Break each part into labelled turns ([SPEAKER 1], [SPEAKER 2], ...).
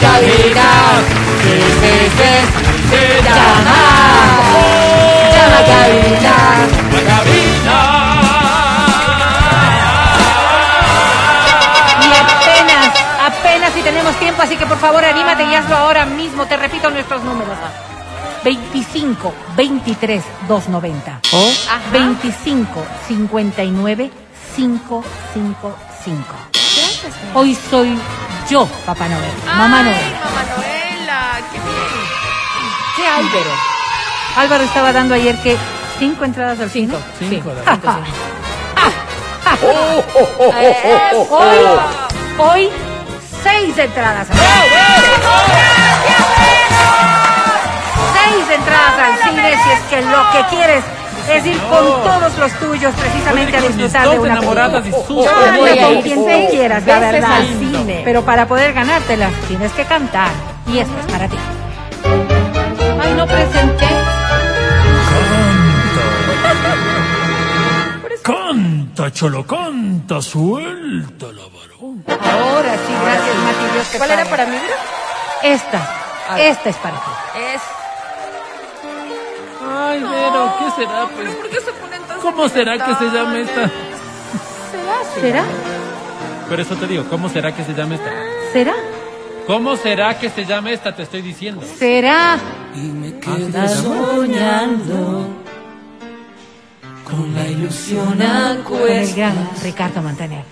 [SPEAKER 1] cabina. Sí, sí, sí. Llama. Llama a cabina.
[SPEAKER 2] La cabina.
[SPEAKER 3] Y apenas, apenas si tenemos tiempo, así que por favor anímate y hazlo ahora mismo. Te repito nuestros números. 25 23 290.
[SPEAKER 1] Oh.
[SPEAKER 3] Ajá. 25 59 555. Hoy soy yo, Papá Noel. Mamá Noel.
[SPEAKER 4] Mamá Noela, qué bien.
[SPEAKER 3] ¿Qué Álvaro? Álvaro estaba dando ayer que cinco entradas al cine.
[SPEAKER 1] Cinco,
[SPEAKER 3] Sí.
[SPEAKER 1] la verdad,
[SPEAKER 2] Oh, oh, oh, oh, oh, oh.
[SPEAKER 3] Hoy, hoy, seis entradas al cine. Seis entradas al cine si es que lo que quieres es ir con todos los tuyos precisamente a
[SPEAKER 2] Oye, con mis
[SPEAKER 3] disfrutar de
[SPEAKER 2] dos
[SPEAKER 3] una
[SPEAKER 2] enamoradas
[SPEAKER 3] película.
[SPEAKER 2] y
[SPEAKER 3] Yo
[SPEAKER 2] Suso.
[SPEAKER 3] no
[SPEAKER 1] voy
[SPEAKER 3] sé
[SPEAKER 1] a
[SPEAKER 3] con
[SPEAKER 1] ir
[SPEAKER 3] quien
[SPEAKER 4] seis
[SPEAKER 3] tú quieras, la
[SPEAKER 4] veces
[SPEAKER 3] verdad.
[SPEAKER 4] al cine.
[SPEAKER 3] Pero para poder ganártelas tienes que cantar. Y esto es para ti. Ay, no presenté. Oh,
[SPEAKER 5] Canta, cholo, canta, suelta la varón.
[SPEAKER 3] Ahora sí, gracias, Mati. Dios te
[SPEAKER 4] ¿Cuál era
[SPEAKER 3] pague.
[SPEAKER 4] para mí? bro?
[SPEAKER 3] Esta. Esta es para ti.
[SPEAKER 4] Es.
[SPEAKER 2] Ay, Vero, ¿qué será? Pues?
[SPEAKER 4] ¿Por qué se ponen tan
[SPEAKER 2] ¿Cómo será que se llama esta?
[SPEAKER 3] ¿Será?
[SPEAKER 2] Pero eso te digo, ¿cómo será que se llama esta?
[SPEAKER 3] ¿Será?
[SPEAKER 2] ¿Cómo será que se llama esta? Te estoy diciendo.
[SPEAKER 3] ¿Será?
[SPEAKER 1] Con la ilusión a
[SPEAKER 3] Con el
[SPEAKER 1] cuesta,
[SPEAKER 3] gran Ricardo Montaner.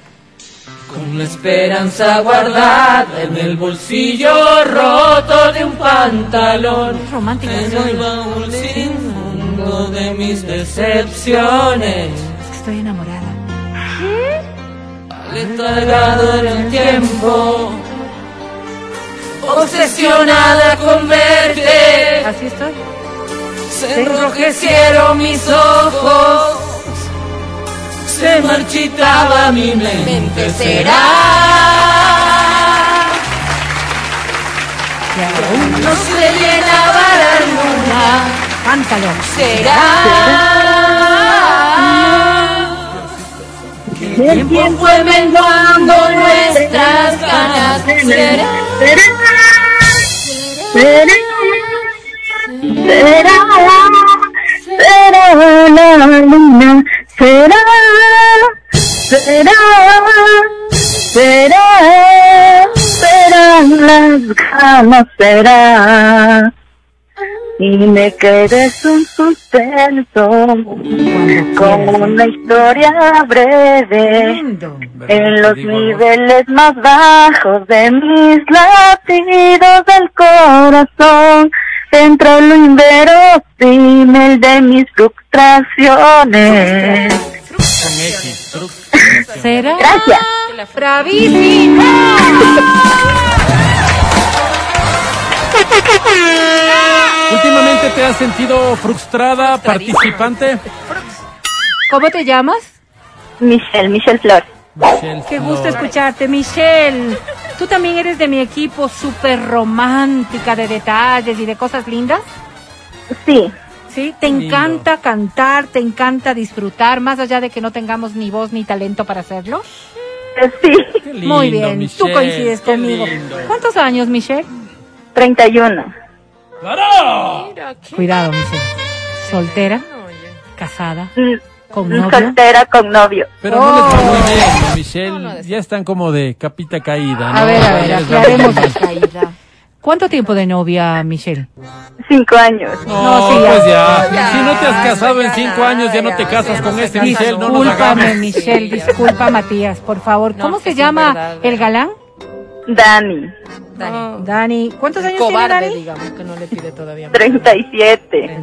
[SPEAKER 1] con la esperanza guardada en el bolsillo roto de un pantalón.
[SPEAKER 3] Es romántico.
[SPEAKER 1] En
[SPEAKER 3] ¿no?
[SPEAKER 1] el
[SPEAKER 3] Es
[SPEAKER 1] baúl sin fondo de mis decepciones.
[SPEAKER 3] que estoy enamorada.
[SPEAKER 1] Letargado en el tiempo. Obsesionada con verte.
[SPEAKER 3] Así estoy.
[SPEAKER 1] Se enrojecieron mis ojos, se marchitaba mi mente. Será
[SPEAKER 3] Y ahora,
[SPEAKER 1] no se llenaba la luna,
[SPEAKER 3] cántalo.
[SPEAKER 1] será. Que el tiempo fue menguando nuestras ganas. Será
[SPEAKER 6] Será, será la luna, será, será, será, serán las ganas, será. Y me quedé sin sustento, como una historia breve.
[SPEAKER 3] Lindo.
[SPEAKER 6] En los niveles más bajos de mis latidos del corazón, entra lo inverosímil de mis frustraciones.
[SPEAKER 2] Con X. Trux.
[SPEAKER 3] ¿Será?
[SPEAKER 6] Gracias.
[SPEAKER 3] ¡Bravísimo!
[SPEAKER 2] Últimamente te has sentido frustrada, participante.
[SPEAKER 3] ¿Cómo te llamas?
[SPEAKER 6] Michelle, Michelle Flor.
[SPEAKER 2] Michelle
[SPEAKER 3] Qué
[SPEAKER 2] Flor.
[SPEAKER 3] gusto escucharte, Michelle. Tú también eres de mi equipo súper romántica de detalles y de cosas lindas.
[SPEAKER 6] Sí,
[SPEAKER 3] Sí, te
[SPEAKER 2] Lindo.
[SPEAKER 3] encanta cantar, te encanta disfrutar, más allá de que no tengamos ni voz ni talento para hacerlo.
[SPEAKER 6] eh, sí,
[SPEAKER 2] Qué
[SPEAKER 3] Muy
[SPEAKER 2] lindo,
[SPEAKER 3] bien, tú
[SPEAKER 2] Michelle,
[SPEAKER 3] coincides
[SPEAKER 2] qué
[SPEAKER 3] conmigo.
[SPEAKER 2] lindo.
[SPEAKER 3] ¿Cuántos años, Michelle?
[SPEAKER 6] 31.
[SPEAKER 2] ¡Claro!
[SPEAKER 4] Mira, qué
[SPEAKER 3] Cuidado, Michelle. Soltera,
[SPEAKER 4] bueno, oye.
[SPEAKER 3] casada,
[SPEAKER 6] Mm,
[SPEAKER 3] con
[SPEAKER 6] mm,
[SPEAKER 3] novio.
[SPEAKER 6] Soltera con novio.
[SPEAKER 2] Pero no les va muy bien, a
[SPEAKER 4] No, no
[SPEAKER 2] Michelle.
[SPEAKER 4] decía.
[SPEAKER 2] Ya están como de capita caída. ¿no?
[SPEAKER 3] A ver, a ver,
[SPEAKER 2] Ya les va
[SPEAKER 3] aclaremos
[SPEAKER 2] muy bien.
[SPEAKER 3] la caída. ¿Cuánto tiempo de novia, Michelle?
[SPEAKER 6] Cinco años.
[SPEAKER 2] No,
[SPEAKER 3] No, sí, ya.
[SPEAKER 2] pues ya.
[SPEAKER 4] Ya,
[SPEAKER 2] Si no te has casado en
[SPEAKER 4] ya,
[SPEAKER 2] cinco años, ya no te
[SPEAKER 4] ya,
[SPEAKER 2] casas
[SPEAKER 4] ya
[SPEAKER 2] con
[SPEAKER 4] no se
[SPEAKER 2] este
[SPEAKER 4] casa,
[SPEAKER 2] Michelle. No nos
[SPEAKER 4] Discúlpame,
[SPEAKER 3] Disculpame,
[SPEAKER 2] hagamos.
[SPEAKER 3] Michelle,
[SPEAKER 4] Sí, ya.
[SPEAKER 3] disculpa, Matías, por favor.
[SPEAKER 4] No,
[SPEAKER 3] ¿Cómo
[SPEAKER 4] que
[SPEAKER 3] se
[SPEAKER 4] sí,
[SPEAKER 3] llama
[SPEAKER 4] verdad,
[SPEAKER 3] el
[SPEAKER 4] verdad.
[SPEAKER 3] galán?
[SPEAKER 6] Dani,
[SPEAKER 4] Dani.
[SPEAKER 3] Dani. ¿Cuántos años tiene
[SPEAKER 4] Cobarde,
[SPEAKER 3] Dani?
[SPEAKER 4] digamos, que no le pide todavía. más.
[SPEAKER 6] 37.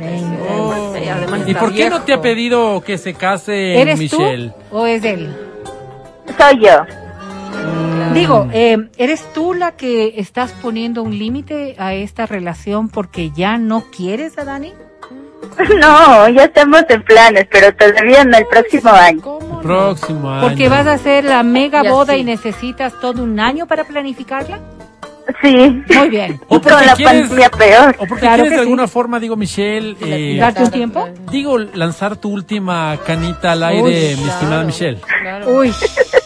[SPEAKER 2] Oh.
[SPEAKER 4] Sí, además
[SPEAKER 2] ¿Y
[SPEAKER 4] está
[SPEAKER 2] por qué no te ha
[SPEAKER 4] viejo.
[SPEAKER 2] pedido que se case
[SPEAKER 3] ¿Eres
[SPEAKER 2] Michelle?
[SPEAKER 3] tú o es él?
[SPEAKER 6] Soy yo.
[SPEAKER 3] Digo, eh, ¿eres tú la que estás poniendo un límite a esta relación porque ya no quieres a Dani?
[SPEAKER 6] No, ya estamos en planes, pero todavía no el próximo año.
[SPEAKER 4] ¿Cómo no?
[SPEAKER 2] Próximo año.
[SPEAKER 3] Porque vas a hacer la mega
[SPEAKER 4] Y
[SPEAKER 3] boda
[SPEAKER 4] así.
[SPEAKER 3] y necesitas todo un año para planificarla.
[SPEAKER 6] Sí.
[SPEAKER 3] Muy bien.
[SPEAKER 2] O
[SPEAKER 6] Y
[SPEAKER 2] porque
[SPEAKER 6] con la
[SPEAKER 2] quieres-
[SPEAKER 6] pandemia peor.
[SPEAKER 2] O porque
[SPEAKER 3] Claro
[SPEAKER 2] quieres
[SPEAKER 3] que
[SPEAKER 2] de
[SPEAKER 3] sí.
[SPEAKER 2] alguna forma, digo, Michelle, eh,
[SPEAKER 3] ¿Darte un tiempo?
[SPEAKER 2] digo, lanzar tu última canita al aire, mi estimada Michelle.
[SPEAKER 4] Claro,
[SPEAKER 3] Uy,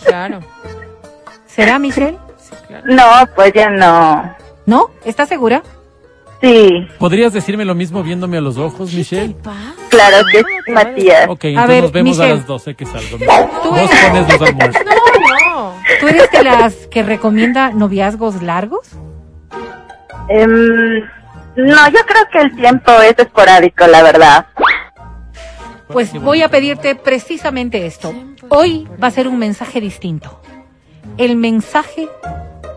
[SPEAKER 4] claro.
[SPEAKER 3] ¿será Michelle?
[SPEAKER 6] No, pues ya no.
[SPEAKER 3] ¿No? ¿Estás segura?
[SPEAKER 6] Sí,
[SPEAKER 2] ¿Podrías decirme lo mismo viéndome a los ojos, Michelle?
[SPEAKER 6] claro que sí, Matías.
[SPEAKER 2] Ah, Ok, entonces
[SPEAKER 3] ver,
[SPEAKER 2] nos vemos
[SPEAKER 3] Michelle.
[SPEAKER 2] a las 12 que salgo. Vos pones los almuerzos.
[SPEAKER 4] No, no.
[SPEAKER 3] ¿Tú eres de las que recomienda noviazgos largos?
[SPEAKER 6] Em, no, yo creo que el tiempo es esporádico, la verdad.
[SPEAKER 3] Pues voy a pedirte precisamente esto. Hoy va a ser un mensaje distinto. El mensaje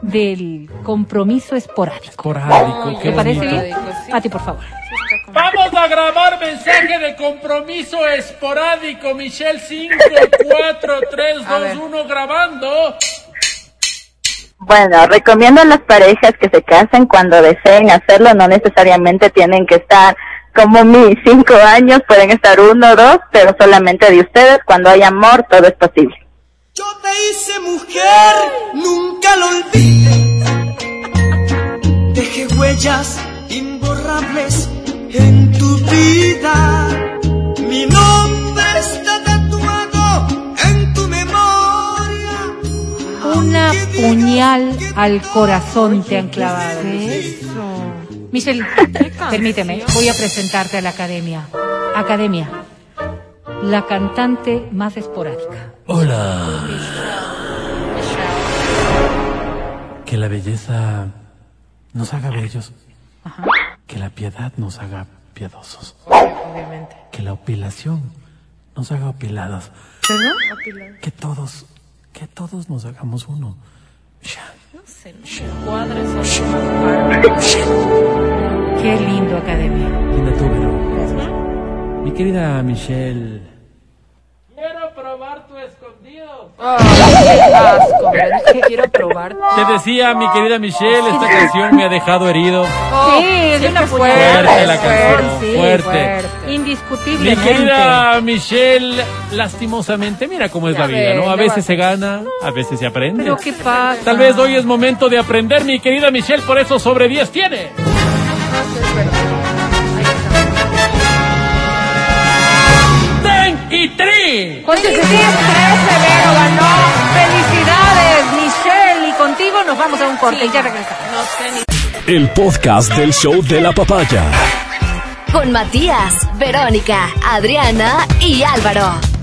[SPEAKER 3] del compromiso esporádico.
[SPEAKER 2] Esporádico, qué
[SPEAKER 3] ¿Te parece
[SPEAKER 2] bonito.
[SPEAKER 3] bien? A ti, por favor.
[SPEAKER 2] Vamos a grabar mensaje de compromiso esporádico, Michelle 5, 4, 3, 2, 1, grabando.
[SPEAKER 6] Bueno, recomiendo a las parejas que se casen cuando deseen hacerlo, no necesariamente tienen que estar como mí, cinco años, pueden estar uno o dos, pero solamente de ustedes, cuando hay amor todo es posible.
[SPEAKER 7] Yo te hice mujer, nunca lo olvidé. Dejé huellas imborrables en tu vida. Mi nombre está tatuado en tu memoria.
[SPEAKER 3] Una
[SPEAKER 7] Aunque
[SPEAKER 3] puñal
[SPEAKER 7] digas que
[SPEAKER 3] al
[SPEAKER 7] no,
[SPEAKER 3] corazón te han clavado.
[SPEAKER 4] Eso.
[SPEAKER 3] Michelle, permíteme, voy a presentarte a la academia. Academia, la cantante más esporádica.
[SPEAKER 5] Hola.
[SPEAKER 2] Que la belleza nos haga bellos. Que la piedad nos haga piadosos. Que la opilación nos haga opiladas. Que todos, que todos nos hagamos uno. Ya.
[SPEAKER 3] Qué lindo, academia.
[SPEAKER 2] Linda tú, Vero. Mi querida Michelle.
[SPEAKER 4] Ay, qué asco, Brenda. Es que quiero probar.
[SPEAKER 2] Te decía, mi querida Michelle, esta canción me ha dejado herido.
[SPEAKER 3] sí, es
[SPEAKER 4] siempre
[SPEAKER 3] una
[SPEAKER 4] fuerte,
[SPEAKER 3] puñalada.
[SPEAKER 2] Fuerte la canción,
[SPEAKER 3] Sí,
[SPEAKER 2] fuerte. Mi
[SPEAKER 3] Indiscutiblemente.
[SPEAKER 2] querida Michelle, lastimosamente, mira cómo es la vida, ¿no? A veces se gana, a veces se aprende.
[SPEAKER 3] Pero qué pasa.
[SPEAKER 2] Tal vez hoy es momento de aprender, mi querida Michelle, por eso sobre 10 tiene. Ten y tri.
[SPEAKER 3] ¿Cuánto es ese? Severo ganó. Felicidades, Michelle. Y contigo nos vamos a un corte y ya regresamos.
[SPEAKER 8] El podcast del show de la papaya.
[SPEAKER 9] Con Matías, Verónica, Adriana y Álvaro.